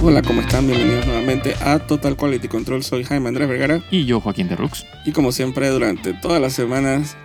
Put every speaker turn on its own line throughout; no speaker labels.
Hola, ¿cómo están? Bienvenidos nuevamente a Total Quality Control. Soy Jaime Andrés Vergara
Y yo, Joaquín de Rux.
y como siempre durante todas las semanas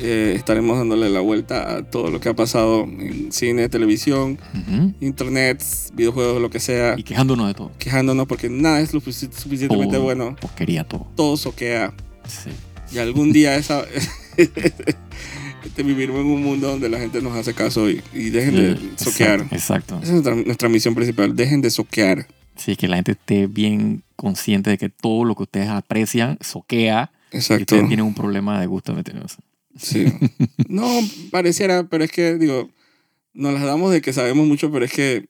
eh, estaremos dándole la vuelta a todo lo que ha pasado en cine, televisión,
Ujú.
internet, videojuegos, lo que sea,
Y quejándonos de todo.
quejándonos porque nada es lo sufici- suficientemente
Todo.
bueno.
Porquería todo.
Todo soquea
Sí.
y algún día esa... este, viviremos en un mundo donde la gente nos hace caso y, y dejen
Eh,
de soquear.
Exacto. exacto.
Esa es nuestra, nuestra misión principal, dejen de soquear.
Sí, que la gente esté bien consciente de que todo lo que ustedes aprecian soquea y
Exacto.
ustedes tienen un problema de gusto. ¿me entiendes?
Sí. No, pareciera, pero es que, digo, nos las damos de que sabemos mucho, pero es que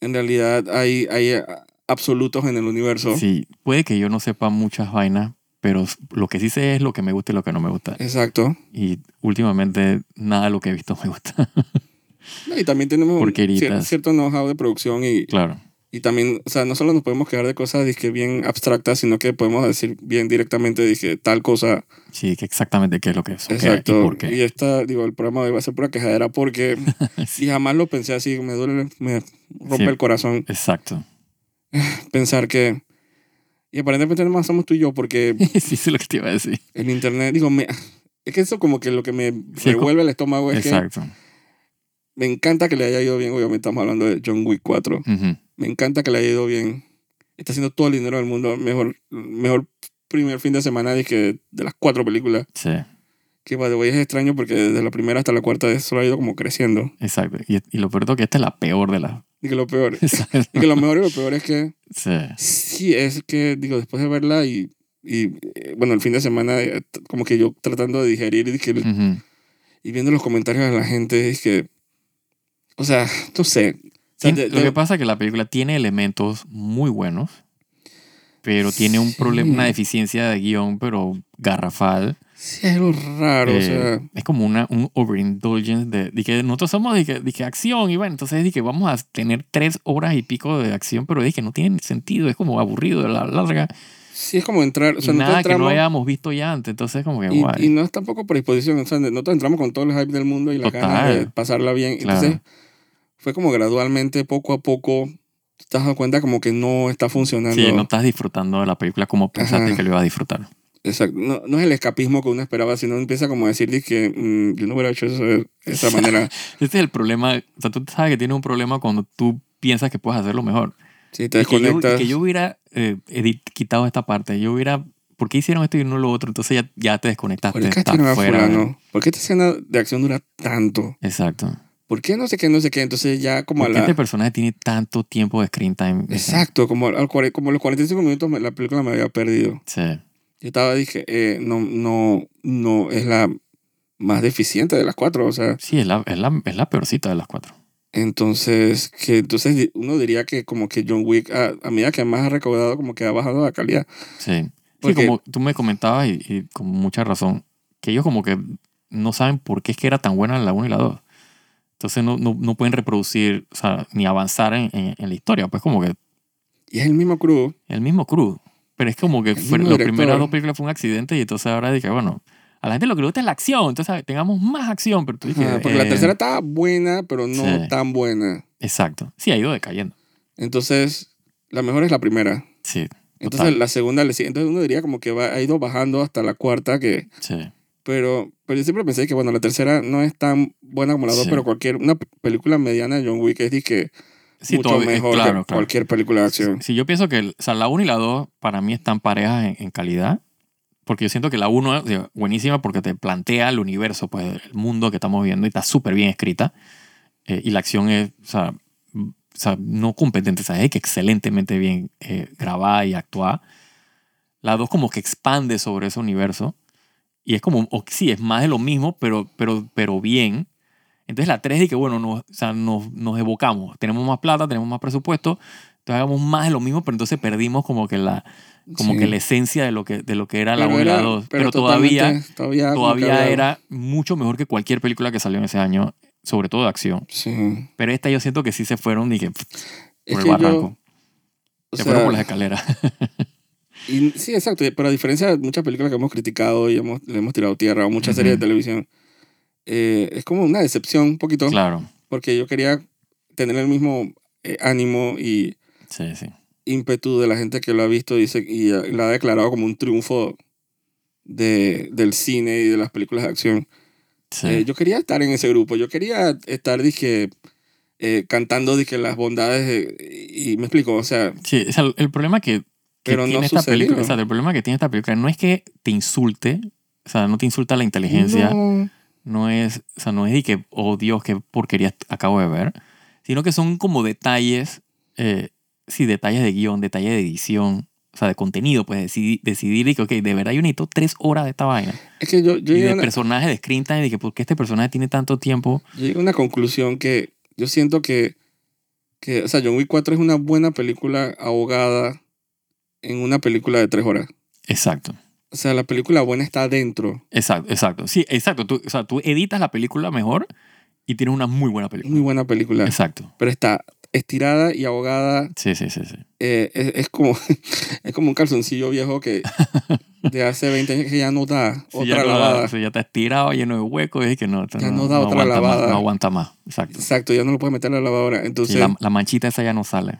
en realidad hay, hay a- absolutos en el universo.
Sí, puede que yo no sepa muchas vainas, pero lo que sí sé es lo que me gusta y lo que no me gusta.
Exacto.
Y últimamente nada de lo que he visto me gusta.
No, Y también tenemos un cier- cierto,
Porqueritas.
know-how de producción y,
claro.
y también, o sea, no solo nos podemos quedar de cosas dizque, bien abstractas, sino que podemos decir bien directamente dije, tal cosa.
Sí, que exactamente qué es lo que soquea y
Exacto.
por
Y,
qué.
esta, digo, el programa de hoy va a ser pura quejadera porque y
Sí,
jamás lo pensé así, me duele, me rompe
Sí.
el corazón.
Exacto.
pensar que. Y aparentemente nomás somos tú y yo, porque
sí, sé lo que te iba a decir.
el internet, digo, me, es que eso como que lo que me
Sí,
revuelve el estómago es
Exacto.
que me encanta que le haya ido bien, obviamente estamos hablando de John Wick 4,
Ujú.
me encanta que le haya ido bien, está haciendo todo el dinero del mundo, mejor, mejor primer fin de semana dizque, de las cuatro películas,
Sí,
que by the way, es extraño porque desde la primera hasta la cuarta solo ha ido como creciendo,
exacto. Y, y lo peor de todo que esta es la peor de las.
y que lo peor,
Exacto.
y que lo mejor y lo peor es que
Sí,
Sí, es que, digo, después de verla y, y eh, bueno, el fin de semana, eh, t- como que yo tratando de digerir y, que-
Ujú.
y viendo los comentarios de la gente, es que, o sea, no sé. O sea,
Tien-
de-
lo
de-
que pasa es que la película tiene elementos muy buenos, pero tiene un
Sí.
problema, una deficiencia de guión, pero garrafal.
sí, es algo raro, o
Eh,
sea,
es como una, un overindulgence de, de que nosotros somos de que, de que acción, y bueno, entonces de que vamos a tener tres horas y pico de acción, pero de que no tiene sentido, es como aburrido a la larga.
sí es como entrar, o sea,
y
no te
nada que no
entramos
hayamos visto ya antes, entonces como que guay.
y, y no es tampoco por disposición, o sea, no te entramos con todo el hype del mundo y las ganas de
Total.
pasarla bien.
Claro.
Entonces, fue como gradualmente, poco a poco, te estás dando cuenta como que no está funcionando.
Sí, no estás disfrutando de la película como pensaste
Ajá.
que lo ibas a disfrutar.
Exacto. No, no es el escapismo que uno esperaba, sino empieza como a decir que mm, yo no hubiera hecho eso de esa manera.
Este es el problema. O sea, tú sabes que tienes un problema cuando tú piensas que puedes hacerlo mejor.
Si te
Y que, yo, y
desconectas.
que yo hubiera eh, edit- quitado esta parte. Yo hubiera... ¿Por qué hicieron esto y no lo otro? Entonces ya, ya te desconectaste.
¿Por qué
estás
castigaron a
fuera.
fulano? ¿Por qué esta escena de acción dura tanto?
Exacto.
¿Por qué no sé qué, no sé qué? Entonces ya como a
¿Por qué
la...
este personaje tiene tanto tiempo de screen time?
Exacto, como, al cuare- como a los 45 minutos me- la película me había perdido.
Sí.
Yo estaba, dije, eh, no, no, no es la más deficiente de las cuatro, o sea,
Sí, es la, es, la, es la peorcita de las cuatro.
entonces, que entonces di- uno diría que como que John Wick, a, a medida que más ha recaudado, como que ha bajado la calidad.
Sí. Sí,
Porque-
como tú me comentabas y, y con mucha razón, que ellos como que no saben por qué es que era tan buena la 1 y la 2. Entonces no, no, no pueden reproducir, o sea, ni avanzar en, en- en la historia. Pues como que
Y es el mismo crew,
el mismo crew. Pero es como que
El
fue-
mismo
las
director.
primeras dos películas fue un accidente y entonces ahora dije, bueno, a la gente lo que le gusta es la acción, entonces tengamos más acción. Pero tú dije,
Ajá, porque la
eh,
tercera estaba buena, pero no
sí.
tan buena.
Exacto. Sí, ha ido decayendo.
Entonces, la mejor es la primera.
Sí,
Entonces,
Total.
la segunda le sigue. Entonces, uno diría como que va, ha ido bajando hasta la cuarta, que...
sí.
Pero, pero yo siempre pensé que, bueno, la tercera no es tan buena como la dos,
Sí.
pero cualquier... Una p- película mediana de John Wick es que
Sí,
mucho
todavía-
mejor que
claro, claro.
cualquier película de acción.
Sí, yo pienso que el- o sea, la 1 y la 2 para mí están parejas en, en calidad. Porque yo siento que la 1 es buenísima porque te plantea el universo, pues el mundo que estamos viendo y está súper bien escrita. Eh, y la acción es, o sea, m- o sea, no competente, o sea, es que excelentemente bien eh, grabada y actuada. La 2 como que expande sobre ese universo. Y es como, o- sí, es más de lo mismo, pero, pero, pero bien. Entonces la 3 que bueno, nos, o sea, nos, nos evocamos. Tenemos más plata, tenemos más presupuesto, entonces hagamos más de lo mismo, pero entonces perdimos como que la, como
Sí.
que la esencia de lo que, de lo que era la
Pero
1 y la
era-
2. Pero, todavía,
totalmente- todavía, como que
todavía
había-
era mucho mejor que cualquier película que salió en ese año, sobre todo de acción.
Sí.
Pero esta yo siento que sí se fueron y que pff,
Es que
por el
yo...
barranco.
o
se
sea,
fueron por las escaleras.
Y, sí, exacto. Pero a diferencia de muchas películas que hemos criticado y hemos, le hemos tirado tierra o muchas
Ujú.
series de televisión, eh, es como una decepción un poquito
claro.
porque yo quería tener el mismo eh, ánimo y
Sí, sí.
ímpetu de la gente que lo ha visto dice, y la ha declarado como un triunfo de, del cine y de las películas de acción.
sí.
Eh, yo quería estar en ese grupo, yo quería estar, dije, eh, cantando, dije, las bondades, de- y me explico, o sea,
Sí, o sea, el- el problema que, que
Pero no
tiene esta
sucedió.
película, o sea, el problema que tiene esta película no es que te insulte, o sea, no te insulta la inteligencia, no,
no.
es, o sea, no es de que, oh Dios, qué porquería acabo de ver, sino que son como detalles, eh, sí, detalles de guión, detalles de edición, o sea, de contenido, pues decidir, decidir y que, ok, de verdad yo necesito tres horas de esta vaina.
es que yo, yo
Y
llegué, a
de
una,
personaje de screen time, de que, ¿por qué este personaje tiene tanto tiempo?
yo llegué a una conclusión que yo siento que, que, o sea, John Wick 4 es una buena película ahogada en una película de tres horas.
Exacto.
O sea, la película buena está adentro.
Exacto, exacto. Sí, exacto. Tú, o sea, tú editas la película mejor y tienes una muy buena
Es
película.
muy buena película,
Exacto.
pero está estirada y ahogada.
Sí, sí, sí, sí.
eh, es, es como, es como un calzoncillo viejo que de hace 20 años que ya no da
Sí,
otra
ya no da-
lavada.
sí, ya está estirado, lleno de huecos. Y es que no, esto
Ya no da otra
aguanta
lavada.
Más, no aguanta más. Exacto.
Exacto, ya no lo puedes meter a la lavadora.
Sí,
Entonces,
la, la manchita esa ya no sale.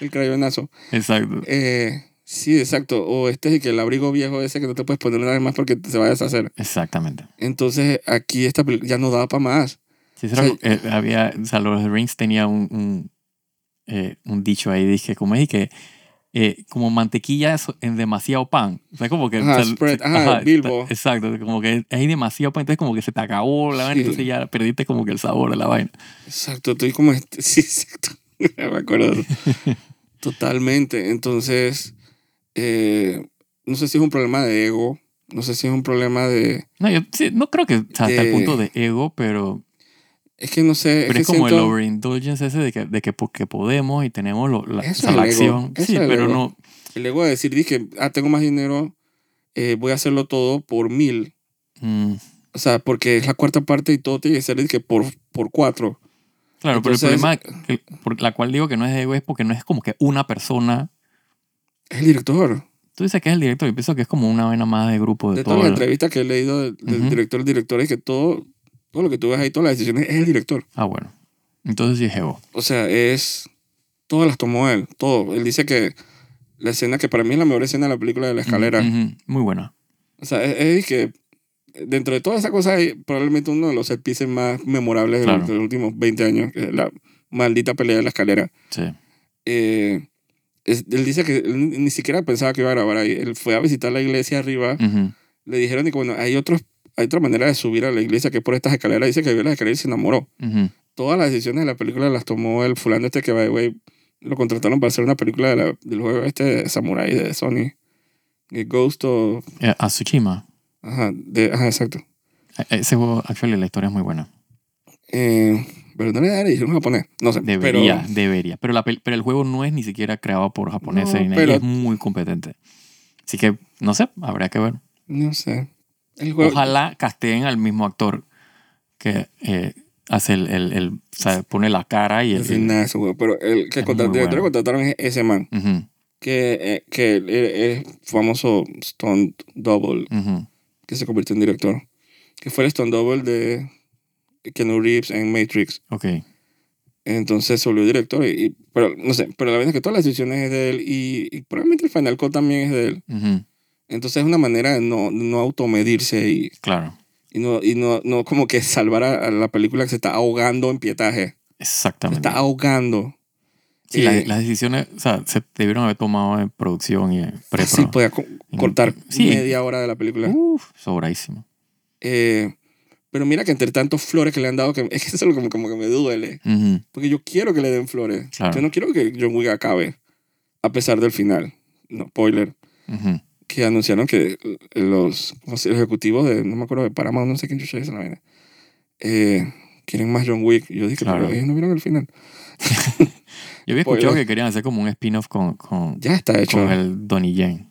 el crayonazo.
Exacto.
Eh, sí, exacto. O este es que el abrigo viejo ese que no te puedes poner una vez más porque se va a deshacer.
Exactamente.
Entonces, aquí esta película ya no da para más.
Sí, eso era-
Sí.
eh, había, o sea, los Rings tenía un, un, eh, un dicho ahí. Dije, ¿cómo es? Y que eh, como mantequilla so- en demasiado pan. O sea, como que...
Ajá,
o sea,
spread. Ajá, Bilbo.
está- Exacto. Como que hay demasiado pan. Entonces como que se te acabó la vaina.
Sí.
Entonces ya perdiste como que el sabor de la vaina.
Exacto, estoy como este. Sí, exacto. Ya me acuerdo. Totalmente. Entonces, eh, no sé si es un problema de ego. No sé si es un problema de.
No, yo sí, no creo que o sea, hasta
Eh,
el punto de ego, pero...
Es que no sé.
Pero
que
es como
siento-
el overindulgence ese de que, de que porque podemos y tenemos lo- la,
Eso
o sea,
es
la
el ego,
acción.
eso
Sí,
es el
pero
ego.
no.
El ego de decir, dije, ah, tengo más dinero, eh, voy a hacerlo todo por mil.
mm,
O sea, porque es la cuarta parte y todo tiene que ser, dije, por, por cuatro.
claro,
Entonces-
pero el problema que- por la cual digo que no es ego es porque no es como que una persona.
Es el director.
Tú dices que es el director, yo pienso que es como una vaina más de grupo de,
De todas
todo.
las
el-
entrevistas que he leído del, del
Ujú.
director, el director es que todo, todo lo que tú ves ahí, todas las decisiones, es el director.
Ah, bueno. Entonces sí es ego.
O sea, es. Todas las tomó él, todo. Él dice que la escena que para mí es la mejor escena de la película de la escalera.
Ujú, Muy buena.
O sea, es, es que dentro de todas esas cosas, hay probablemente uno de los set pieces más memorables de
Claro.
los, de los últimos 20 años, que es la maldita pelea de la escalera.
Sí.
Eh, es- él dice que él ni siquiera pensaba que iba a grabar ahí. Él fue a visitar la iglesia arriba.
Ujú.
Le dijeron que, bueno, hay, otros, hay otra manera de subir a la iglesia que es por estas escaleras. Dice que vio las escaleras y se enamoró.
Ujú.
todas las decisiones de la película las tomó el fulano este que by the way lo contrataron para hacer una película de la- del juego este de Samurai de Sony. El Ghost o...
Eh, Atsushima.
Ajá, de, ajá exacto.
E- Ese juego, actually, la historia es muy buena.
Eh, pero no le daré un japonés. No sé.
Debería,
Pero,
debería. Pero, la pel- pero el juego no es ni siquiera creado por japoneses
No,
y nada, y
pero-
es muy competente. Así que, no sé, habrá que ver.
no sé. El juego...
Ojalá casteen al mismo actor que eh, hace el, el, el- o sea, pone la cara y
No
el...
sé nada de ese juego. Pero el que
Es
contra-
muy
director que
bueno.
contrataron es ese man.
el- Ujú,
Que, eh, que él- él es famoso Stone Double.
ujú.
Que se convirtió en director. Que fue el Stone Double de Keanu Reeves en Matrix.
Ok,
Entonces se volvió director. Y, y- pero no sé, pero la verdad es que todas las decisiones es de él y, y probablemente el Final Cut también es de él.
ujú,
Entonces es una manera de no, no automedirse y,
claro,
y, no, y no, no como que salvar a, a la película que se está ahogando en pietaje. Se
exactamente.
está ahogando.
Sí, la-
eh,
las decisiones o sea, se debieron haber tomado en producción y en pre
Así podía co- cortar
Sí. Uh.
media hora de la película.
Uf, sobradísimo.
Eh, pero mira que entre tantos flores que le han dado, que es que eso es lo como, como que me duele.
Ujú,
Porque yo quiero que le den flores.
Claro.
Yo no quiero que John Wick acabe, a pesar del final. No, spoiler.
ujú.
que anunciaron que los, ¿cómo se- los ejecutivos de, no me acuerdo, de Paramount, no sé quién chucha es la vaina, eh, quieren más John Wick. Yo dije,
Claro.
pero ellos no vieron el final.
Yo había escuchado
Spoiler.
que querían hacer como un spin-off con, con,
Pues, Ya está hecho.
con el Donnie Yen.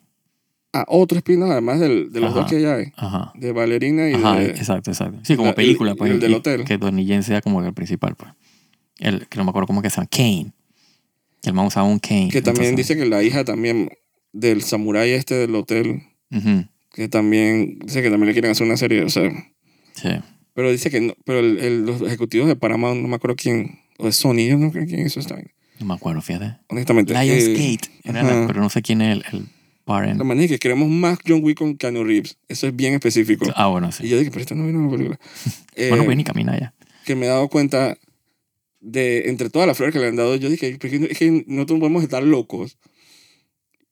Ah, otro spin-off, además del, de los
Ajá.
dos que ya hay,
Ajá.
de Ballerina y
Ajá, este
de...
exacto, exacto. Sí, como
la-
película,
el-
pues.
el del
y-
hotel.
Que Donnie Yen sea como el principal, pues. El, que no me acuerdo cómo que se llama, Kane. El man usaba un Kane.
Que también
entonces-
dice que la hija también del samurái este del hotel,
Ujú,
que también dice que también le quieren hacer una serie, o sea...
sí.
Pero dice que no, pero el- el- los ejecutivos de Paramount, no me acuerdo quién, o de Sony, yo no creo quién hizo esta vaina.
No me acuerdo, fíjate.
honestamente. Eh,
Lionsgate. Era la-
ajá.
pero no sé quién es el, el parent.
la manera es que queremos más John Wick con Keanu Reeves. Eso es bien específico.
Ah, bueno,
Y
sí.
yo dije, pero esta no vino a la película. Eh,
bueno, pues ni camina ya.
que me he dado cuenta de entre todas las flores que le han dado, yo dije, "Pero es que- es que nosotros podemos estar locos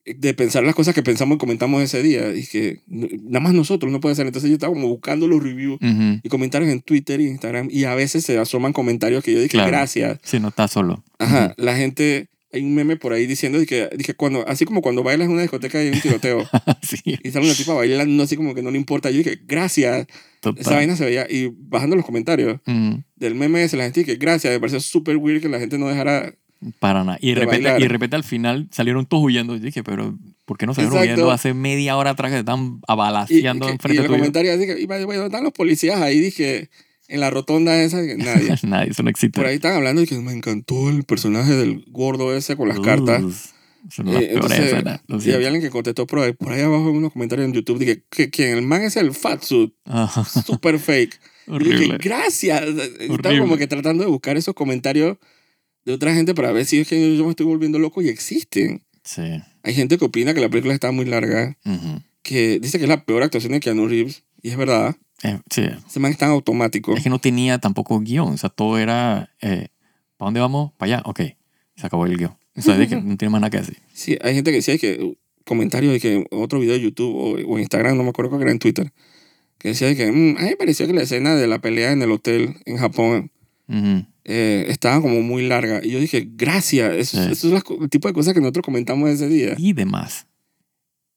de pensar las cosas que pensamos y comentamos ese día. Y que no- nada más nosotros no puede ser. Entonces yo estaba como buscando los reviews
Ujú.
y comentarios en Twitter y Instagram. Y a veces se asoman comentarios que yo dije,
Claro.
gracias.
Sí, no está solo.
Ajá, la gente, hay un meme por ahí diciendo de que, de que cuando, así como cuando bailas en una discoteca y hay un tiroteo
sí,
y sale una tipa bailando así como que no le importa. Yo dije, gracias.
total.
Esa vaina se veía. Y bajando los comentarios
Ujú.
del meme ese, la gente que gracias, me pareció súper weird que la gente no dejara.
Para nada. Y de,
De
repente,
bailar.
y de repente al final salieron todos huyendo. Y dije, pero ¿por qué no salieron
Exacto.
huyendo hace media hora atrás que te están
Y, y,
abalaceando
que- y
enfrente
el
tuyo?
comentario así que, y, by the way, ¿dónde están los policías ahí? Dije, en la rotonda esa, que nadie.
Nada, eso no existe.
Por ahí están hablando y que me encantó el personaje del gordo ese con las cartas.
Uh, Son las
Eh,
peores
entonces,
escenas, lo
Y
siento.
había alguien que contestó por ahí, por ahí abajo en unos comentarios en YouTube. Dije, que quien el man es el fatsuit,
Ajá,
super fake. Y dije,
horrible.
gracias. Estaba
Horrible.
como que tratando de buscar esos comentarios de otra gente para ver si es que yo me estoy volviendo loco y existen.
Sí.
Hay gente que opina que la película está muy larga.
ujú.
que dice que es la peor actuación de Keanu Reeves, y es verdad,
Eh, sí.
ese man es tan automático.
Es que no tenía tampoco guión. O sea, todo era. ¿Para dónde vamos? ¿Para allá? Ok. Se acabó el guión. O sea, dije, no tiene más nada que decir.
Sí, hay gente que decía que uh, comentarios de que otro video de YouTube o, o Instagram, no me acuerdo cuál era en Twitter, que decía de que "Mm, a mí me pareció que la escena de la pelea en el hotel en Japón
Ujú.
eh, estaba como muy larga. Y yo dije, gracias, eso,
Sí.
eso es las co- el tipo de cosas que nosotros comentamos ese día.
Y demás.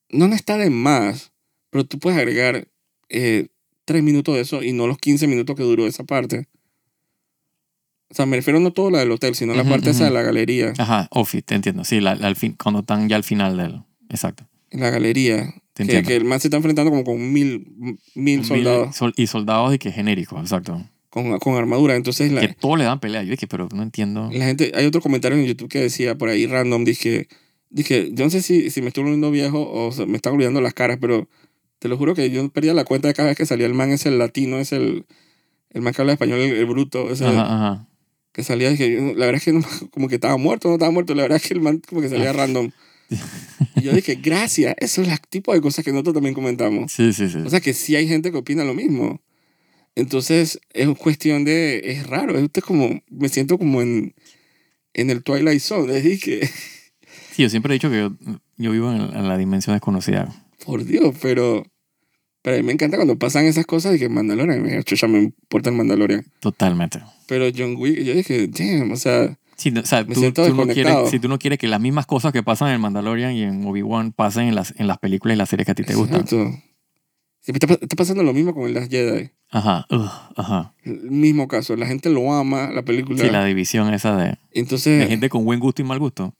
No, no está de más, pero tú puedes agregar eh, tres minutos de eso y no los 15 minutos que duró esa parte. O sea, me refiero no todo la del hotel, sino la
Ujú,
parte esa de
ujú. Ah.
la galería.
Ajá, Office, te entiendo. Sí, la- la- al fin, cuando están ya al final del. Exacto.
en la galería.
Te
Que,
entiendo.
que el man se está enfrentando como con mil, mil soldados
Mil sol- y soldados y que genéricos, exacto.
con, con armadura. Entonces la,
Que todos le dan pelea. Yo dije, pero no entiendo.
la gente, hay otro comentario en YouTube que decía por ahí random, dije, dije yo no sé si, si me estoy volviendo viejo o se- me están olvidando las caras, pero te lo juro que yo perdía la cuenta de cada vez que salía el man, es el latino, es el, el man que habla español, el, el bruto, ese
Ajá, ajá.
que salía, dije, yo no- la verdad es que no- como que estaba muerto, no estaba muerto, la verdad es que el man como que salía random. Y yo dije, gracias, eso es el tipo de cosas que nosotros también comentamos.
Sí, sí, sí.
O sea que sí hay gente que opina lo mismo. Entonces es cuestión de... Es raro, es como... Me siento como en, en el Twilight Zone. Es decir, que...
Sí, yo siempre he dicho que yo, yo vivo en, en la dimensión desconocida.
Por Dios, pero... Pero a mí me encanta cuando pasan esas cosas de que Mandalorian, me chucha, me importa el Mandalorian.
Totalmente.
Pero John Wick, yo dije, damn, o sea,
Sí, no, o sea,
Me
tú,
siento
tú no
desconectado.
quieres, si tú no quieres que las mismas cosas que pasan en Mandalorian y en Obi-Wan pasen en las, en las películas y las series que a ti te gustan.
exacto. Siempre está, pa- está pasando lo mismo con el Last Jedi.
Ajá, ugh, ajá.
El mismo caso, la gente lo ama, la película.
Sí, la división esa de,
Entonces,
de gente con buen gusto y mal gusto.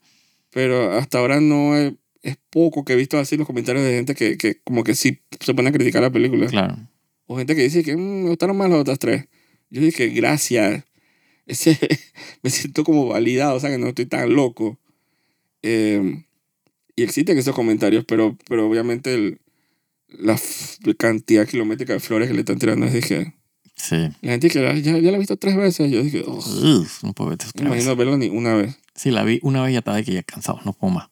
pero hasta ahora no he- es poco que he visto así los comentarios de gente que, que como que sí se ponen a criticar la película.
Claro.
O gente que dice que "Mm, me gustaron más las otras tres. Yo dije, gracias. Ese, me siento como validado, o sea, que no estoy tan loco. Eh, y existen esos comentarios, pero, pero obviamente el- la f- cantidad kilométrica de flores que le están tirando es dije,
Sí.
la gente que la- ya, ya la he visto tres veces. Yo dije, "Ugh,
Ugh, no puedo ver esto
no
otra
me
vez.
imagino verlo ni una vez.
Sí, la vi una vez y ya estaba de que ya cansado, no puedo más.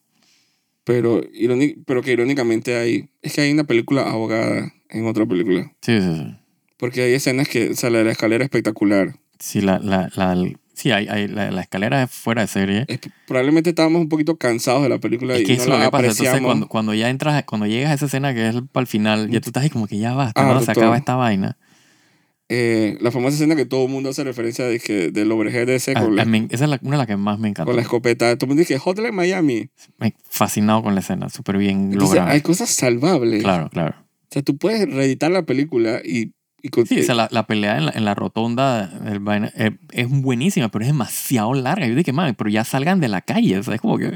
Pero, iróni- pero que irónicamente hay, es que hay una película ahogada en otra película.
Sí, sí, sí.
Porque hay escenas que, o sea, la de la escalera es espectacular.
Sí, la, la, la, sí, hay, hay- la, la escalera es fuera de serie.
es- probablemente estábamos un poquito cansados de la película
Es que
y
eso
no
es lo
la
que pasa. Entonces,
apreciamos. Mm.
cuando, cuando ya entras, cuando llegas a esa escena que es para el final, ya tú estás ahí como que ya basta,
Ah,
¿no? Se
doctor.
acaba esta vaina.
Eh, la famosa escena que todo el mundo hace referencia de que, del overhead ese
Ah,
con,
ah,
la,
me- esa es la- una de las que más me encanta.
con la escopeta. Tú me dijiste Hotline Miami.
Me he fascinado con la escena, súper bien
Entonces
lograda.
hay cosas salvables.
Claro, claro.
O sea, tú puedes reeditar la película y... y con-
Sí, o sea, la, la pelea en la, en la rotonda del vaina, eh, es buenísima, pero es demasiado larga. Yo dije, man, pero ya salgan de la calle. O sea, es como que.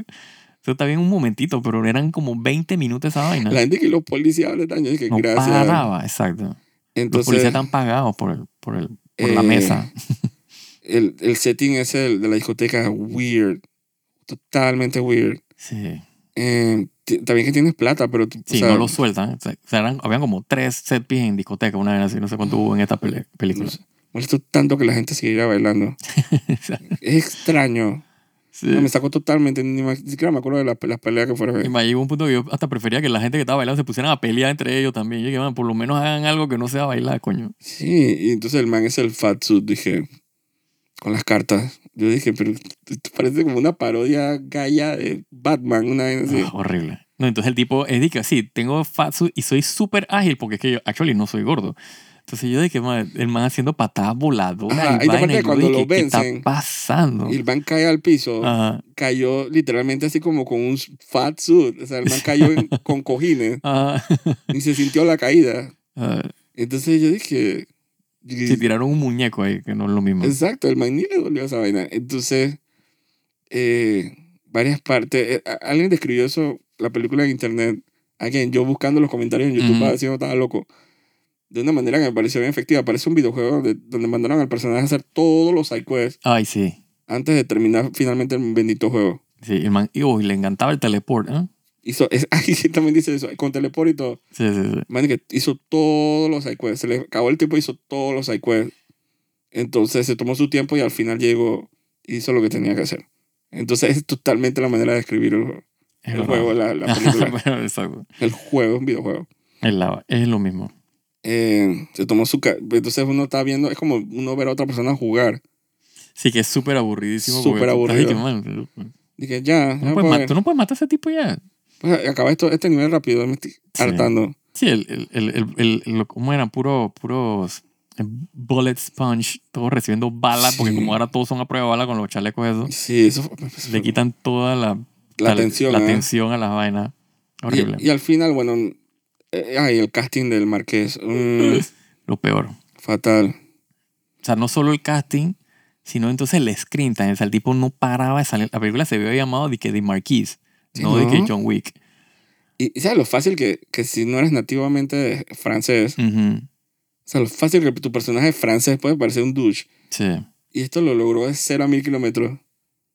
Eso está bien un momentito, pero eran como 20 minutos esa vaina.
la gente que los policías hablan daño. que
no
gracias.
paraba, exacto. Los
Entonces,
policías están pagados por, el, por, el, por la
eh,
mesa.
El, el setting ese del- de la discoteca es weird. Totalmente weird.
Sí.
Eh, ti- también que tienes plata, pero... tú- o
Sí,
sea,
no lo sueltan. O sea, eran- habían como tres set pieces en discoteca, una vez así, no sé cuánto hubo en esta pele- película.
no sé, molesto tanto que la gente siguiera bailando.
O sea,
Es extraño.
Sí.
No, me sacó totalmente, ni, me- ni siquiera me acuerdo de la- las peleas que fueron.
Y me llegó un punto que yo hasta prefería que la gente que estaba bailando se pusieran a pelear entre ellos también. Yo dije, "Man, por lo menos hagan algo que no sea bailar, coño.
Sí, y entonces el man es el Fatsuit, dije, con las cartas. Yo dije, pero esto parece como una parodia gaya de Batman, una vaina así.
Ah, horrible. No, entonces el tipo es de que sí, tengo fatsu y soy súper ágil porque es que yo, actually, no soy gordo. Entonces yo dije, "Man, el man haciendo patadas voladoras
Ajá, y de
y vaina.
parte
Y yo
cuando
dije,
lo
¿qué está
vencen,
pasando?
Y el man cae al piso,
Ajá,
cayó literalmente así como con un Fatsuit. O sea, el man cayó en- con cojines
ajá.
y se sintió la caída.
Ah,
Entonces yo dije, y-
sí, tiraron un muñeco ahí, que no es lo mismo.
Exacto, el man ni le dolió esa vaina. Entonces, eh, varias partes. eh, a- alguien describió eso, la película en internet. Alguien, yo buscando los comentarios en YouTube,
Ujú.
para decir, no estaba loco. De una manera que me pareció bien efectiva. Parece un videojuego donde, donde mandaron al personaje a hacer todos los side quests
Ay, sí.
antes de terminar finalmente el bendito juego.
Sí, el man, y uy, le encantaba el teleport, ¿eh?
Hizo, es, ahí sí también dice eso, con teleport y todo.
Sí, sí, sí.
Man, que hizo todos los side quests. Se le acabó el tiempo, hizo todos los side quests. Entonces se tomó su tiempo y al final llegó, hizo lo que tenía que hacer. Entonces es totalmente la manera de describir el,
Es
el
verdad.
juego, la, la película.
Bueno, exacto.
el juego, un videojuego.
Es, la- es lo mismo.
Eh, se tomó su... ca- Entonces uno está viendo, es como uno ver a otra persona jugar.
Sí, que es súper aburridísimo. porque
Súper
tú estás ahí que,
aburrido.
man,
Dije, ya, ya
tú, no puedes
pues,
ma- tú no puedes matar a ese tipo ya.
pues, acaba esto, este nivel rápido, me estoy hartando.
Sí, el, el, el, el, el- el- ¿cómo eran? Puro, puros bullet sponge, todos recibiendo balas, porque
Sí.
como ahora todos son a prueba de bala con los chalecos esos,
Sí, eso fue-
le quitan toda la,
la
tal-
tensión.
la
¿eh?
tensión a las vainas. Horrible.
Y, y al final, bueno, eh, ay, el casting del Marqués, mm,
Lo peor.
fatal.
O sea, no solo el casting, sino entonces el screen time. O sea, el tipo no paraba de salir. La película se vio llamado de que The Marquis,
Sí,
no, de que
¿no?
John Wick.
Y y sabes lo fácil que, que si no eres nativamente francés,
Ujú.
o sea, lo fácil que tu personaje francés puede parecer un douche.
Sí.
Y esto lo logró de 0 a 1000 kilómetros.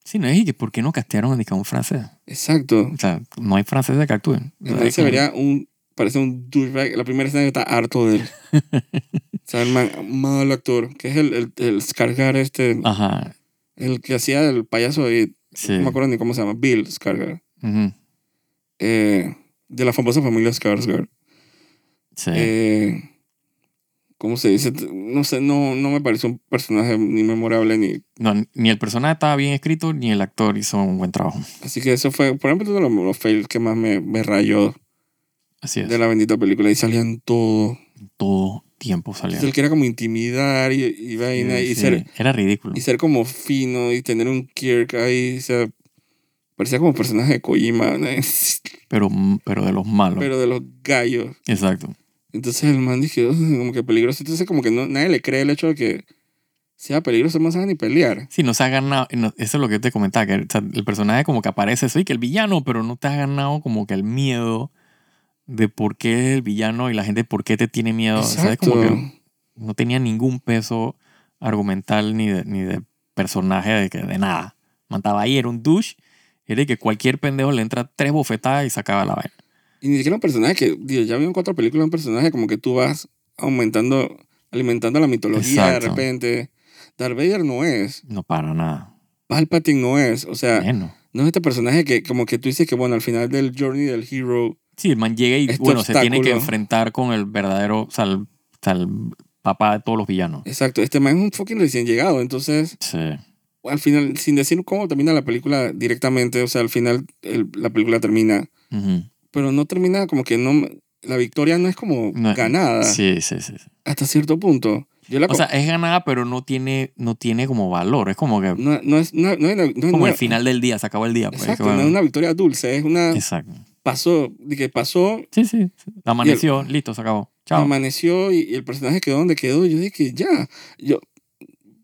Sí, no es y que por qué no castearon a un francés.
Exacto.
O sea, no hay franceses que actúen. O sea,
Entonces se
como-
vería un. Parece un douchebag. La primera escena que está harto de él. o sea, el man, mal actor. Que es el, el, el Skarsgård este.
Ajá.
El que hacía el payaso y.
Ah. Sí.
No me acuerdo ni cómo se llama. Bill Skarsgård.
Ujú.
Eh, de la famosa familia Skarsgård.
Sí.
Eh, ¿Cómo se dice? No sé, no, no me pareció un personaje ni memorable ni
No, ni el personaje estaba bien escrito, ni el actor hizo un buen trabajo.
Así que eso fue, por ejemplo, uno de los, los fails que más me, me rayó
Así es.
de la bendita película. Y salían todo.
Todo tiempo salía.
Entonces él quería como intimidar y, y vaina
Sí,
y,
sí.
ser,
Era ridículo.
y ser como fino y tener un Kirk ahí. O sea, parecía como personaje de Kojima, ¿no?
Pero, pero de los malos.
pero de los gallos.
Exacto.
Entonces el man dije, "Ugh, como que peligroso. Entonces como que no, nadie le cree el hecho de que sea peligroso, no sabe ni pelear.
Sí, no se ha ganado. no- eso es lo que te comentaba, que o sea, el personaje como que aparece, soy que el villano, pero no te has ganado como que el miedo de por qué es el villano y la gente por qué te tiene miedo. O sea, es
Exacto.
como que no tenía ningún peso argumental ni de, ni de personaje de, que, de nada. Mantaba ahí, era un douche. Era de que cualquier pendejo le entra tres bofetadas y sacaba la vaina.
Y ni siquiera un personaje que, digo, ya vi en cuatro películas un personaje como que tú vas aumentando, alimentando la mitología
Exacto.
de repente. Darth Vader no es,
No para nada.
Palpatine no es, o sea,
Bueno.
no es este personaje que como que tú dices que, bueno, al final del Journey del Hero,
Sí, el man llega y
Este
bueno, se tiene que
obstáculo.
enfrentar con el verdadero, o sea, el- o sea, el papá de todos los villanos.
exacto, este man es un fucking recién llegado, entonces,
Sí.
al final, sin decir cómo termina la película directamente, o sea, al final el- la película termina,
Ujú.
pero no termina como que no, la victoria no es como
No,
ganada
Sí, sí, sí. sí.
hasta cierto punto. Yo la
O
co-
sea, es ganada, pero no tiene, no tiene como valor. Es como que
no, no es, no, no es- no es-
como
no
el
es-
final del día, se acabó el día. pues,
Exacto,
que,
no
bueno,
es una victoria dulce, es una...
Exacto.
Pasó, de que pasó,
Sí, sí. sí. Amaneció, listo, se acabó. Chao.
amaneció y, y el personaje quedó donde quedó. Yo dije, ya, yo...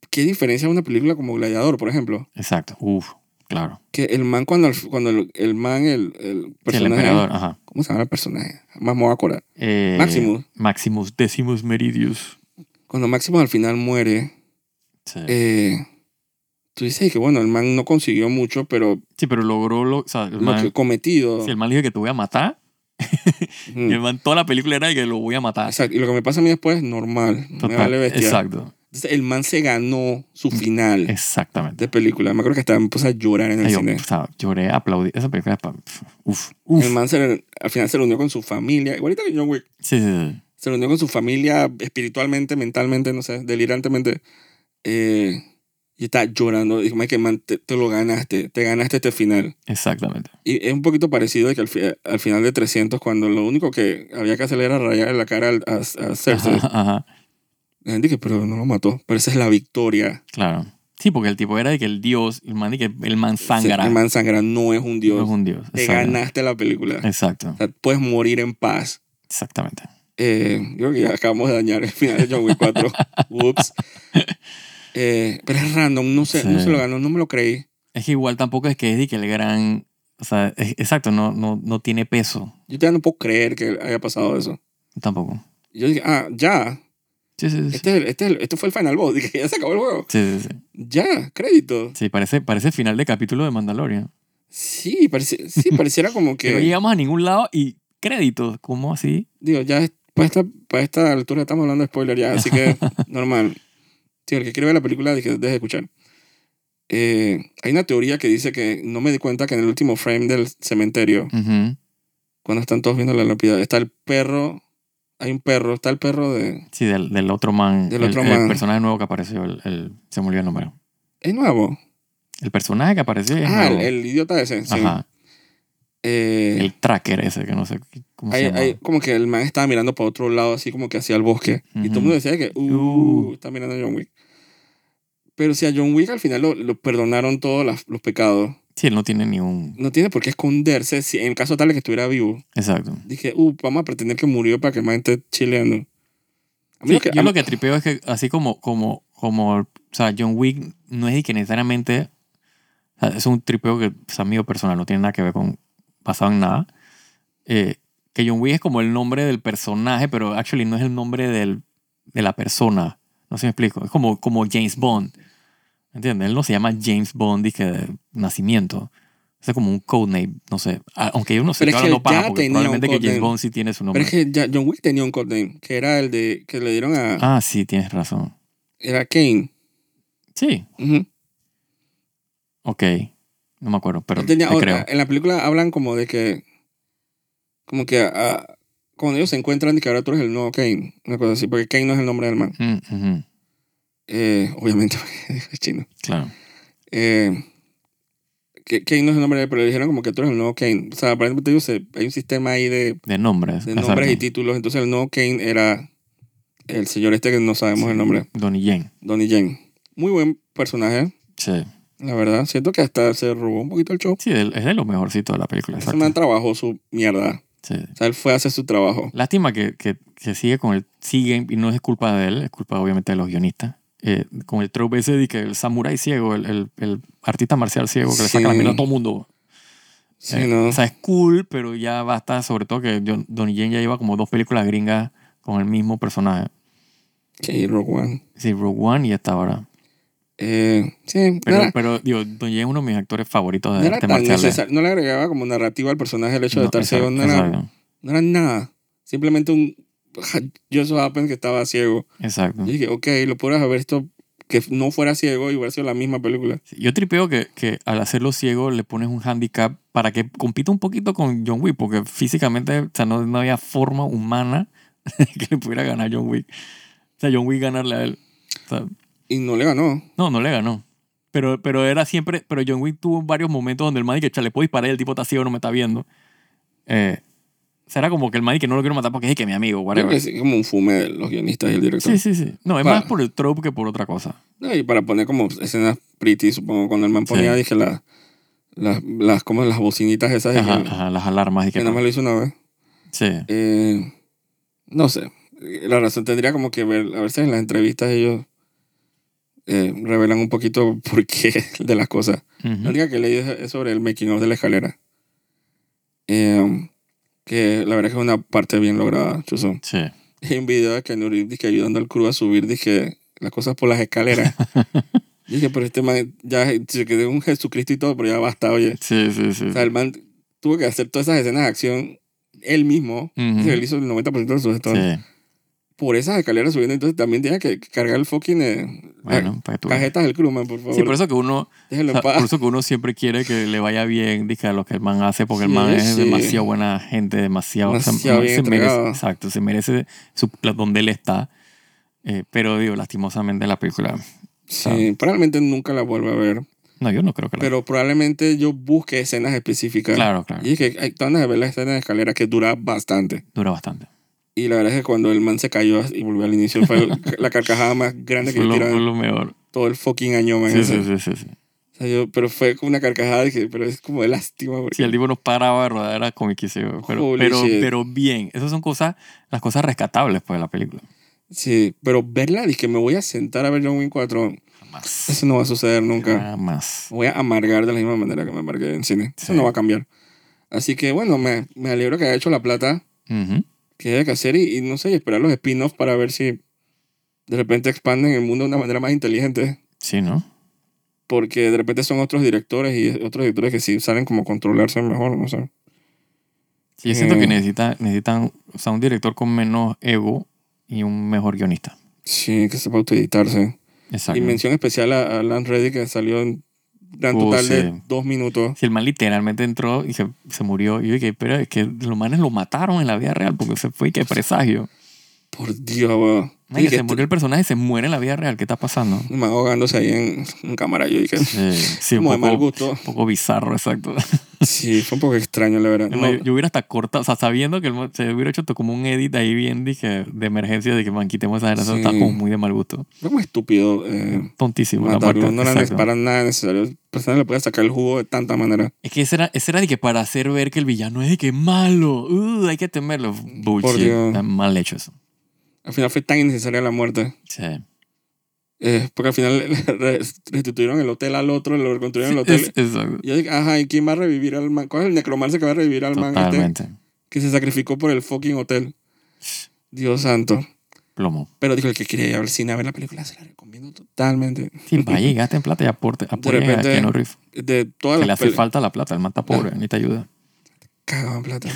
¿Qué diferencia una película como Gladiador, por ejemplo?
Exacto. Uf, claro.
Que el man cuando el, cuando el, el man, el, el
Sí, el
personaje...
emperador, ajá.
¿Cómo se llama el personaje? Más me voy a acordar.
Eh,
Maximus.
Maximus Decimus Meridius.
Cuando Maximus al final muere,
Sí.
eh, tú dices que bueno, el man no consiguió mucho, pero
Sí, pero logró lo, o sea, el
lo
man,
que cometido...
sí, el man dijo que te voy a matar.
Ujú. Mm.
Y el man, toda la película era de que lo voy a matar.
Exacto, y lo que me pasa a mí después es normal. Me
Total,
vale bestia.
Exacto.
Entonces el man se ganó su final
Exactamente.
de película. Me acuerdo que hasta me puse a llorar en el
Ay, yo,
cine.
o sea, lloré, aplaudí. Esa película es pa- Uf,
El
uf.
man se le- al final se reunió con su familia, igualita que John Wick.
Sí, sí, sí.
Se reunió con su familia espiritualmente, mentalmente, no sé, delirantemente. eh, y está llorando. Dijo, que man, te, te lo ganaste, te ganaste este final.
Exactamente.
Y es un poquito parecido de que al, fi- al final de 300, cuando lo único que había que hacer era rayar la cara al- a, a Cersei.
Ajá, ajá.
La gente que, pero no lo mató. Pero esa es la victoria.
Claro. Sí, porque el tipo era de que el dios, el man, de que el man
Sí,
sangra.
El man sangra no es un dios.
No es un dios.
Te
Exacto.
ganaste la película.
Exacto.
O sea, puedes morir en paz.
Exactamente.
Eh, yo creo que ya acabamos de dañar el final de John Wick 4. Ups. Eh, pero es random, no sé,
Sí.
no se lo ganó, no me lo creí.
Es que igual tampoco es que es de que el gran. O sea, es- exacto, no, no, no tiene peso
Yo ya no puedo creer que haya pasado eso.
tampoco.
Yo dije, ah, ya.
Sí, sí, sí. sí.
Este, es el- este, es el- este fue el final boss. Dije, ya se acabó el juego.
Sí, sí, sí.
Ya, crédito.
Sí, parece, parece final de capítulo de Mandalorian.
Sí, pareci- sí pareciera como
Que no
que.
llegamos a ningún lado y créditos. ¿Cómo así?
Digo, ya es- para esta, para esta altura estamos hablando de spoiler ya, así que normal. Tío, el que quiere ver la película, dije, deje de escuchar. Eh, hay una teoría que dice que no me di cuenta que en el último frame del cementerio
Ujú.
cuando están todos viendo la lápida. Está el perro, hay un perro, está el perro de...
Sí, del, del otro man.
Del
el,
otro
el
man.
personaje nuevo que apareció. El, el- se me olvidó el nombre.
¿Es nuevo?
El personaje que apareció. es
ah, el,
nuevo.
el idiota ese, sí.
Ajá.
Eh,
El tracker ese, que no sé cómo
hay,
se llama.
hay- como que el man estaba mirando para otro lado, así como que hacia el bosque. Y todo el
Ujú.
mundo decía que, uh,
Uh.
está mirando a John Wick. Pero si a John Wick al final lo, lo perdonaron todos las- los pecados,
Sí, él no tiene ni un.
no tiene por qué esconderse si en caso tal de que estuviera vivo.
Exacto.
Dije, uh, vamos a pretender que murió para que el man esté chileando. A mí
Sí,
lo que,
yo
a-
lo que tripeo es que así como, como, como, o sea, John Wick no es de que necesariamente, o sea, es un tripeo que es amigo personal, no tiene nada que ver con basado en nada. Eh, que John Wick es como el nombre del personaje, pero actually no es el nombre del, de la persona. No sé si me explico. Es como, como James Bond. ¿Entiendes? Él no se llama James Bond y que de nacimiento. Ese Es como un codename, no sé. Ah, Aunque yo no sé,
Pero es
estoy
que
hablando
él ya
paja, porque
tenía un
probablemente que James
codename.
Bond sí tiene su
Pero
nombre.
es que ya John Wick tenía un codename, que era el de que le dieron a...
Ah, sí, tienes razón.
Era Kane.
Sí,
Ujú.
Ok. No me acuerdo, pero
Él tenía-
te
o- ah,
creo.
En la película hablan como de que. Como que. ah, cuando ellos se encuentran, y que ahora tú eres el nuevo Kane. Una cosa así, porque Kane no es el nombre del man.
Mm, ujú,
Eh, obviamente, es chino.
Claro.
Eh, que Kane no es el nombre de él, pero le dijeron como que tú eres el nuevo Kane. O sea, aparentemente ellos se- hay un sistema ahí de,
De nombres.
de
exacto.
nombres y títulos. Entonces el nuevo Kane era el señor este que no sabemos el nombre,
Donnie Yen.
Donnie Yen. Muy buen personaje,
Sí.
la verdad. Siento que hasta se robó un poquito el show.
Sí, del- es de lo mejorcito de la película.
Ese
exacto.
man trabajó su mierda.
Sí.
O sea, él fue a hacer su trabajo.
Lástima que, que, que sigue con el. Sigue, y no es culpa de él, es culpa obviamente de los guionistas. eh, con el trope ese de que el samurái ciego, el, el, el artista marcial ciego que le saca la
Sí.
mierda a todo mundo.
Sí,
Eh,
¿no?
O sea, es cool, pero ya basta. Sobre todo que John- Donnie Yen ya lleva como dos películas gringas con el mismo personaje.
Sí, Rogue One.
Sí, Rogue One y esta ahora.
Eh, sí, no
Pero,
era-
pero digo, Don Yen es uno de mis actores favoritos
no
de
era
arte
tan
marcial. eh.
necesario. No le agregaba como narrativa al personaje el hecho de estar ciego. No era,
exacto,
no era nada. Simplemente un Joseph Happen que estaba ciego.
exacto.
Y dije, ok, lo podrías haber esto que no fuera ciego y hubiera sido la misma película.
Sí, Yo tripeo que, que al hacerlo ciego le pones un handicap para que compita un poquito con John Wick, porque físicamente o sea, no, no había forma humana que le pudiera ganar a John Wick. O sea, John Wick ganarle a él. O sea,
Y no le ganó.
no, no le ganó. Pero, pero era siempre, pero John Wick tuvo varios momentos donde el man que le puedo disparar y el tipo está ciego, no me está viendo. Eh, o sea, era como que el man que no lo quiero matar porque es que es mi amigo,
Creo
whatever.
que sí, como un fume de los guionistas y el director.
Sí, sí, sí. No, es
Va.
más por el trope que por otra cosa.
No, y para poner como escenas pretty, supongo, cuando el man ponía,
Sí.
dije, la- las, las, como las bocinitas esas. de
Ajá,
que,
ajá, las alarmas y
que
que...
nada más lo hizo una vez.
Sí,
Eh, no sé. La razón tendría como que ver, a veces en las entrevistas ellos eh, revelan un poquito por qué de las cosas. La
ujú,
única que leí es es sobre el making of de la escalera. Eh, que la verdad es que es una parte bien lograda, Chuzo.
sí.
Hay un video de Keanu Reeves dizque, ayudando al crew a subir dije, las cosas por las escaleras. dije, pero este man ya se quedó un Jesucristo y todo, pero ya basta, oye.
Sí, sí, sí.
O sea, el man tuvo que hacer todas esas escenas de acción él mismo.
Ujú.
Él hizo el 90% de sus gestos
Sí.
por esas escaleras subiendo, entonces también tienes que cargar el fucking. eh,
Bueno,
ah,
para que tú veas.
cajetas del Crewman, por favor.
Sí, por eso que uno,
Déjenlo
o sea,
en paz.
por eso que uno siempre quiere que le vaya bien, dije, a lo que el man hace, porque el
Sí,
man es
sí.
demasiado buena gente, demasiado, o sea,
Demasiado bien
se merece,
entregado.
exacto, se merece su, la- donde él está. Eh, pero digo, lastimosamente la película,
Sí, probablemente nunca la vuelva a ver.
no, yo no creo que la...
Pero probablemente yo busque escenas específicas.
claro, claro,
Y es que hay tantas de ver la escena de escalera que dura bastante.
dura bastante.
Y la verdad es que cuando el man se cayó y volvió al inicio, fue el- la carcajada más grande que
Fue
yo
lo, fue
tirado
lo mejor.
todo el fucking año, man.
Sí,
O sea,
sí, sí, sí, sí.
o sea, yo- pero fue como una carcajada, dije, pero es como de lástima. porque-
Si el tipo no paraba de rodar, era comiquísimo. Pero,
Holy
pero,
shit.
pero bien, esas son cosas, las cosas rescatables pues, de la película.
Sí, pero verla, dije, me voy a sentar a ver John Wayne 4,
Jamás.
eso no va a suceder nunca.
Jamás.
Voy a amargar de la misma manera que me amargué en cine. Eso
Sí.
no va a cambiar. Así que bueno, me, me alegro que haya hecho la plata
Ujú.
que haya que hacer y, y no sé, y esperar los spin-offs para ver si de repente expanden el mundo de una manera más inteligente.
Sí, ¿no?
Porque de repente son otros directores y otros directores que sí saben como controlarse mejor, no sé.
Sí, yo siento
Eh.
que necesita, necesitan o sea, un director con menos ego y un mejor guionista.
Sí, que sepa autoeditarse.
Exacto.
Y mención especial a, a Lance Reddy que salió en gran
Oh,
total de
sí.
dos minutos.
Si el man literalmente entró y se, se murió, y yo dije, pero es que los manes lo mataron en la vida real porque se fue y que presagio.
Por Dios, weón.
Ay, que
Dije,
se murió el personaje, se muere en la vida real. ¿Qué está pasando?
este- me ahogándose ahí en, en cámara. Yo dije,
Sí, sí, un
como de mal
poco,
gusto.
un poco bizarro, exacto.
Sí, fue un poco extraño, la verdad.
Además,
No,
yo, yo hubiera hasta cortado, o sea, sabiendo que el man- se hubiera hecho to- como un edit ahí bien, dije, de emergencia, de que man, quitemos esa generación,
Sí.
está como muy de mal gusto.
fue como estúpido eh,
Tontísimo. la
matarlo.
muerte,
No le
exacto.
disparan nada necesario. El personaje le puede sacar el jugo de tanta manera.
Es que ese era, ese era de que para hacer ver que el villano es de que es malo, uh, hay que temerlo. Bullshit.
Dios.
Está mal hecho eso.
Al final fue tan innecesaria la muerte.
Sí.
Eh, porque al final le re- restituyeron el hotel al otro, le reconstruyeron el hotel.
Es- exacto.
Y Yo digo, ajá, ¿y quién va a revivir al man? ¿Cuál es el necromancer que va a revivir al man este
Totalmente.
que se sacrificó por el fucking hotel? Dios santo.
Plomo.
Pero dijo el que quería ir al cine a ver la película, se la recomiendo totalmente.
Sí, vaya y gaste en plata y aporte. Apoyen a
repente-
Keanu Reeves.
De todas
Que
las
le hace
pel-
falta la plata. El man está
Ah.
pobre, necesita ayuda.
Cagado en plata.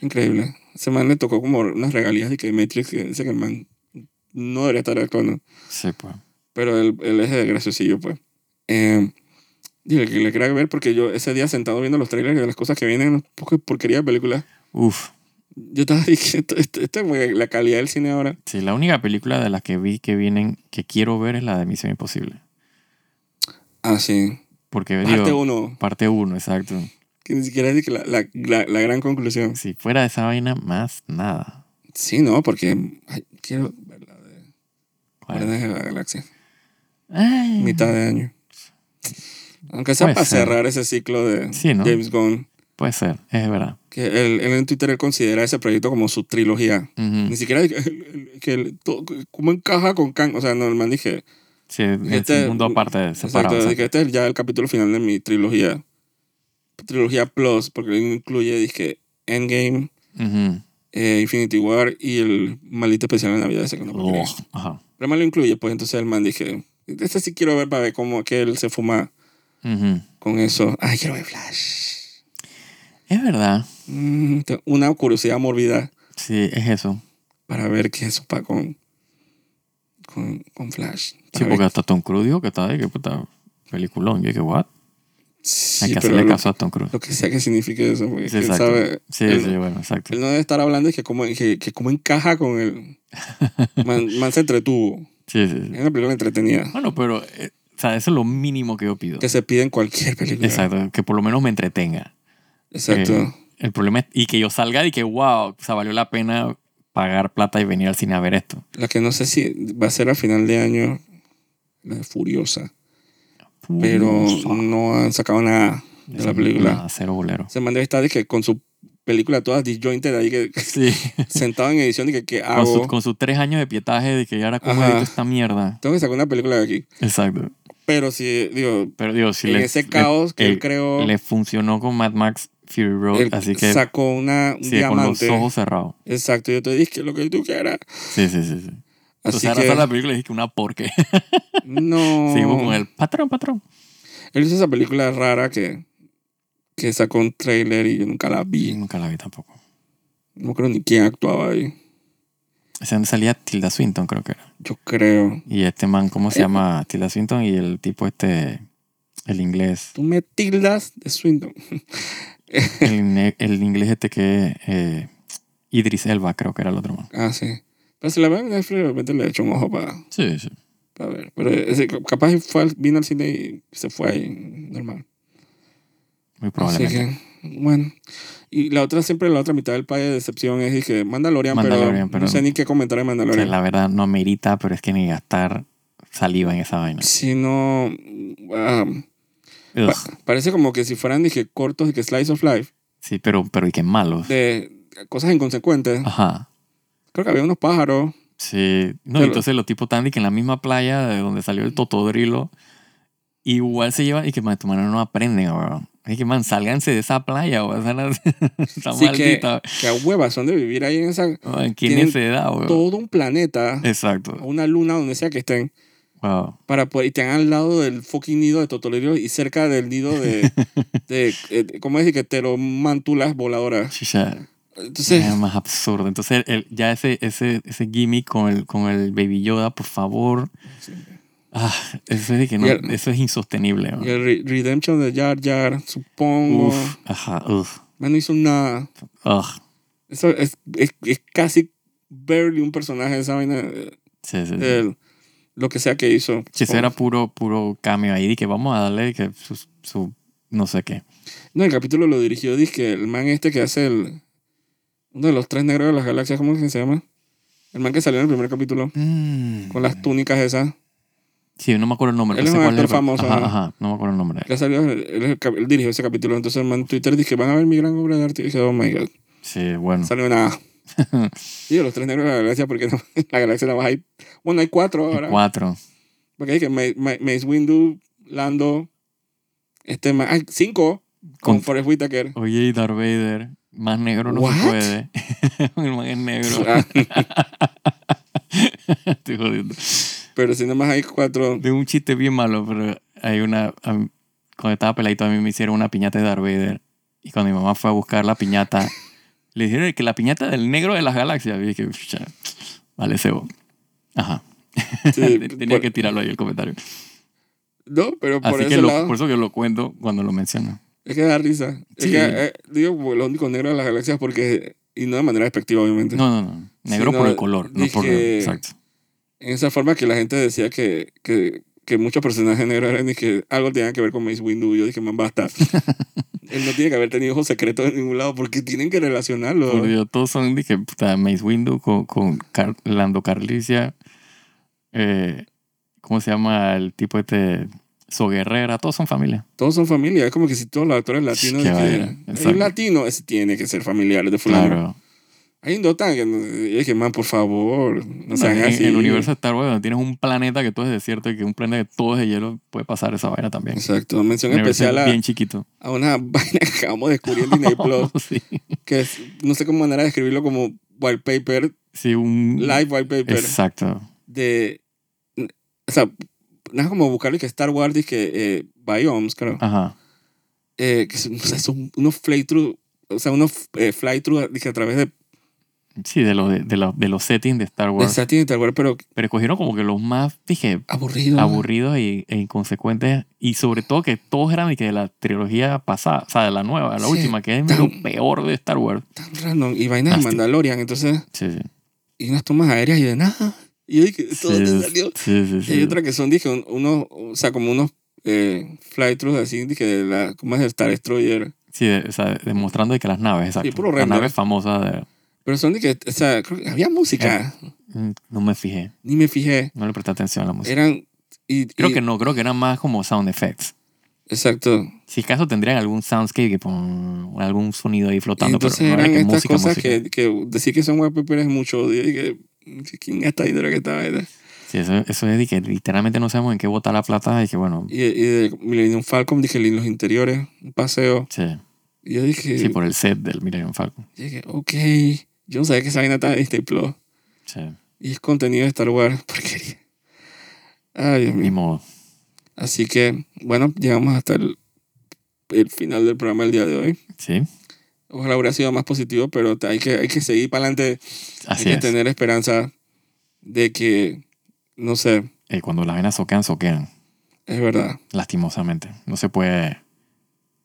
Increíble. Ese man le tocó como unas regalías de que Matrix, que dice que el man no debería estar actuando.
Sí, pues.
Pero él, él es graciosillo, pues. Eh, digo, el que le quería ver porque yo ese día sentado viendo los trailers de las cosas que vienen, un poco de porquería de películas.
Uf.
Yo estaba diciendo, esto, esto es muy- la calidad del cine ahora.
Sí, la única película de las que vi que vienen, que quiero ver, es la de Misión Imposible.
Ah, sí.
Porque,
Parte
digo,
1,
parte uno, exacto.
que ni siquiera es de que la, la, la, la gran conclusión.
Si fuera de esa vaina, más nada.
Sí, no, porque ay, quiero ver la de
¿Cuál?
Guardianes de la Galaxia,
Ay.
mitad de año. Aunque sea
Puede
para
ser.
cerrar ese ciclo de
Sí, ¿no?
James Gunn,
Puede ser, es verdad.
que él, él en Twitter él considera ese proyecto como su trilogía.
Ujú.
Ni siquiera que, que el- todo- cómo encaja con Kang. O sea, no, el man dije,
Sí, en
Este-
mundo aparte, separado.
exacto,
exacto.
dije, este es ya el capítulo final de mi trilogía. Trilogía Plus, porque él incluye, dije, Endgame,
Ujú.
eh, Infinity War y el maldito especial de Navidad ese que no puedo creer.
Ugh, Ajá.
Pero el man lo incluye, pues entonces el man dije, este sí quiero ver para ver cómo que él se fuma
Ujú.
con eso. Ay, quiero ver Flash.
Es verdad.
Mm, tengo una curiosidad mórbida
Sí, es eso.
para ver qué eso pa con, con, con Flash.
Sí,
Para
porque
ver-
hasta Tom Cruise dijo que está de que puta peliculón. Yo dije, what?
Sí,
Hay que
pero
hacerle
lo,
caso a Tom Cruise.
lo que sea que signifique eso, porque
Sí,
quién
exacto.
sabe.
Sí,
él,
sí, bueno, exacto.
él no debe estar hablando de que cómo, que, que cómo encaja con el... Man, man se entretuvo.
Sí, sí,
Es
sí.
una película entretenida.
Bueno, pero, eh, o sea, eso es lo mínimo que yo pido.
Que se pide en cualquier película.
Exacto, que por lo menos me entretenga.
Exacto.
Eh, El problema es, y que yo salga y que, wow, o sea, valió la pena pagar plata y venir al cine a ver esto.
La que no sé si va a ser a final de año, la de Furiosa. Pero no han sacado nada de la película.
Nada, cero bolero.
Se mandó esta de que con su película todas disjointed ahí, que,
Sí.
sentado en edición, y que ¿qué
Con, su-
hago?
con sus tres años de pietaje de que ya era como
Ajá.
edito esta mierda.
Tengo que sacar una película de aquí.
Exacto.
Pero sí, digo,
Pero digo, si
en
le,
ese
le-
caos que
eh,
él creó,
le funcionó con Mad Max Fury Road,
él
así que
sacó una, un
sigue con los
diamante.
ojos cerrados.
Exacto, yo te dije lo que tú quieras.
Sí, sí, sí. sí.
Así
Entonces,
que,
ahora la película y dije que una porquería.
no.
Seguimos con el patrón, patrón.
Él hizo esa película rara que, que sacó un trailer y yo nunca la
Y
vi.
nunca la vi tampoco.
No creo ni quién actuaba ahí.
Ese donde salía Tilda Swinton, creo que era.
Yo creo.
Y este man, ¿cómo se
Eh.
llama? Tilda Swinton y el tipo este, el inglés.
Tú me tildas de Swindon.
El, ne- el inglés este que eh, Idris Elba, creo que era el otro man.
Ah, sí. Pero si la veo en Netflix, de repente le echo un ojo para,
Sí, sí.
para ver. Pero ese, capaz fue al- vino al cine y se fue ahí normal.
Muy
Así
probablemente.
que, bueno. Y la otra, siempre la otra mitad del país de decepción es dije, Mandalorian,
Mandalorian,
pero
pero-
no sé ni qué comentar de
O sea,
Mandalorian.
la verdad no merita, pero es que ni gastar saliva en esa vaina.
Si no... ah,
Ugh.
pa- parece como que si fueran, dije, cortos y que Slice of Life,
Sí, pero, pero y qué malos.
de cosas inconsecuentes.
Ajá.
Creo que había unos pájaros.
Sí. No,
Pero-
y entonces los tipos Tandy que en la misma playa de donde salió el totodrilo, igual se llevan y que, man, tu mano no aprenden, weón. Es que, man, sálganse de esa playa, weón. Esa- Está
Así que,
maldita.
que a huevas son de vivir ahí en esa...
Man, ¿Qué
tienen
necesidad, weón?
Todo un planeta,
Eh. Exacto.
una luna, donde sea que estén.
Wow.
para poder, y te dan al lado del fucking nido de Totolero y cerca del nido de, de, eh, ¿cómo decir? Que pteromántulas voladoras.
Chicha,
Entonces,
Era más absurdo. Entonces, el- ya ese, ese, ese gimmick con el, con el Baby Yoda, por favor.
Sí.
Ah, eso, es de que no-
Y el-
eso es insostenible. man.
y el Re- Redemption de Jar Jar, supongo,
Uf, ajá, uf,
Man, no hizo nada.
ugh.
Eso es, es, es casi barely un personaje de esa vaina, eh, oh.
Sí, sí, sí.
del- lo que sea que hizo.
Que eso era puro, puro cambio ahí, de que vamos a darle que su, su- no sé qué.
No, el capítulo lo dirigió, dizque el man este que hace el... Uno de los tres negros de las galaxias, ¿cómo es que se llama? El man que salió en el primer capítulo,
Mm.
con las túnicas esas.
Sí, no me acuerdo el nombre.
Él
pero
es
sé
un
cuál
actor
era,
famoso,
pero- Ajá,
¿no?
ajá, no me acuerdo el nombre.
Ya salió, él, es el cap- él dirigió ese capítulo, entonces el man en Twitter dice que van a ver mi gran obra de arte. Y dije, oh my god,
Sí, bueno.
salió nada. y yo, los tres negros de la galaxia, porque no- la galaxia nada más hay. Bueno, hay cuatro
El
ahora.
Cuatro.
Porque hay que Ma- Ma- Mace Windu, Lando, este man. Hay cinco con,
Con-
Forrest Whitaker.
Oye, y Darth Vader, más negro no se
What?
puede. el man es negro.
Ah,
Estoy jodiendo.
pero si nada más hay cuatro.
De un chiste bien malo, pero hay una. a mí- cuando estaba peladito, a mí me hicieron una piñata de Darth Vader. Y cuando mi mamá fue a buscar la piñata, le dijeron que la piñata del negro de las galaxias. Y dije, "Pucha, vale, cebo. Ajá.
sí,
Tenía
por-
que tirarlo ahí el comentario.
No, pero por
Así
ese
que lo-
lado.
por eso que lo cuento cuando lo menciono.
Es que da risa. Es
Sí.
que, eh, digo, pues, los únicos negros de las galaxias, porque. Y no de manera despectiva, obviamente.
No, no, no. Negro
Sí, no,
por el color, no por.
dije-
Exacto.
en esa forma que la gente decía que, que, que muchos personajes negros eran y que algo tenía que ver con Mace Windu. Yo dije, man, basta. Él no tiene que haber tenido ojos secretos en ningún lado porque tienen que relacionarlo.
Por Dios, todos son, dije, puta, Mace Windu con, con Car- Lando Carlicia. eh, ¿Cómo se llama el tipo este? So Guerrera, todos son familia.
Todos son familia. Es como que si todos los actores latinos...
Qué
de que
vaina,
hay
exacto.
un latino, ese tiene que ser familiar de fulano.
Claro.
Hay un dotán que... no- Yo dije, man, por favor, no sean
en,
así.
en el universo de Star Wars donde tienes un planeta que todo es desierto y que un planeta que todo es de hielo, puede pasar esa vaina también.
Exacto. Mención
Un universo
especial a,
bien chiquito.
a una vaina que acabamos de descubrir en Disney Plus,
sí.
que es- no sé cómo manera de escribirlo como wallpaper,
Sí, un...
live wallpaper.
Exacto.
de. O sea, nada como buscarle que Star Wars y que eh, Biomes, creo.
Ajá.
Eh, que son, o sea, son unos fly-through, o sea, unos eh, fly-through dije, a través de,
Sí, de los, de, de los, de los settings de Star
de
Wars.
Satin y Star Wars, pero
Pero escogieron como que los más, dije,
aburrido.
aburridos y- e inconsecuentes. Y sobre todo que todos eran de que de la trilogía pasada, o sea, de la nueva, la
Sí,
última, que es
tan-
lo peor de Star Wars.
Tan random. Y vainas de
Nasty.
Mandalorian, entonces.
Sí, sí.
Y unas tomas aéreas y de nada. Y yo dije, ¿esto
Sí,
dónde salió?
sí, sí,
Y hay
sí.
otra que son, dije, un- unos, o sea, como unos eh, fly-throughs así, dije, de la, ¿cómo es? Star Destroyer.
Sí, de- o sea, demostrando de que las naves, exacto.
puro
las
render.
naves famosas de...
Pero son, dije, o sea, creo que había música.
Mm, No me fijé,
Ni me fijé.
no le presté atención a la música.
Eran. Y,
Creo
Eh, y-
que no, creo que eran más como sound effects.
Exacto.
Si acaso tendrían algún soundscape, que pum, algún sonido ahí flotando,
Entonces
pero no
eran
era que
estas
música,
cosas
música.
que, que decir que son wallpapers es mucho odio y que que quién gasta dinero que esta vaina?
Sí, eso, eso es de que literalmente no sabemos en qué botar la plata y que bueno,
Y, y de Millennium Falcon dije los interiores, un paseo.
sí,
Y yo dije,
sí, por el set del Millennium Falcon.
yo dije, ok, yo no sabía que esa vaina estaba en Disney Plus.
Sí,
Y es contenido de Star Wars, porquería. Ay, Dios
ni
mío.
modo.
Así que, bueno, llegamos hasta el, el final del programa el día de hoy.
Sí,
Ojalá hubiera sido más positivo, pero hay que, hay que seguir para adelante. Hay
Así
que
es.
tener esperanza de que, no sé,
Eh, cuando las venas soquean, soquean.
es verdad.
Lastimosamente. No se puede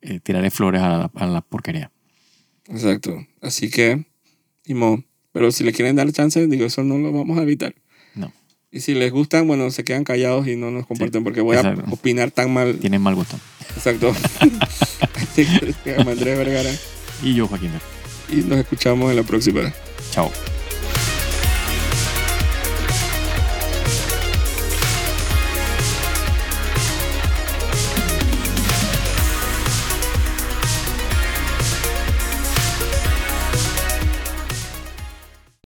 eh, tirarle flores a la, a la porquería.
Exacto. Así que, ni modo. Pero si le quieren dar chance, digo, eso no lo vamos a evitar.
No.
Y si les gustan, bueno, se quedan callados y no nos comparten porque voy
exacto.
a opinar tan mal.
Tienen mal gusto.
Exacto. Así que, me llamo Andrés Vergara
Y yo, Joaquín.
y nos escuchamos en la próxima.
Chao.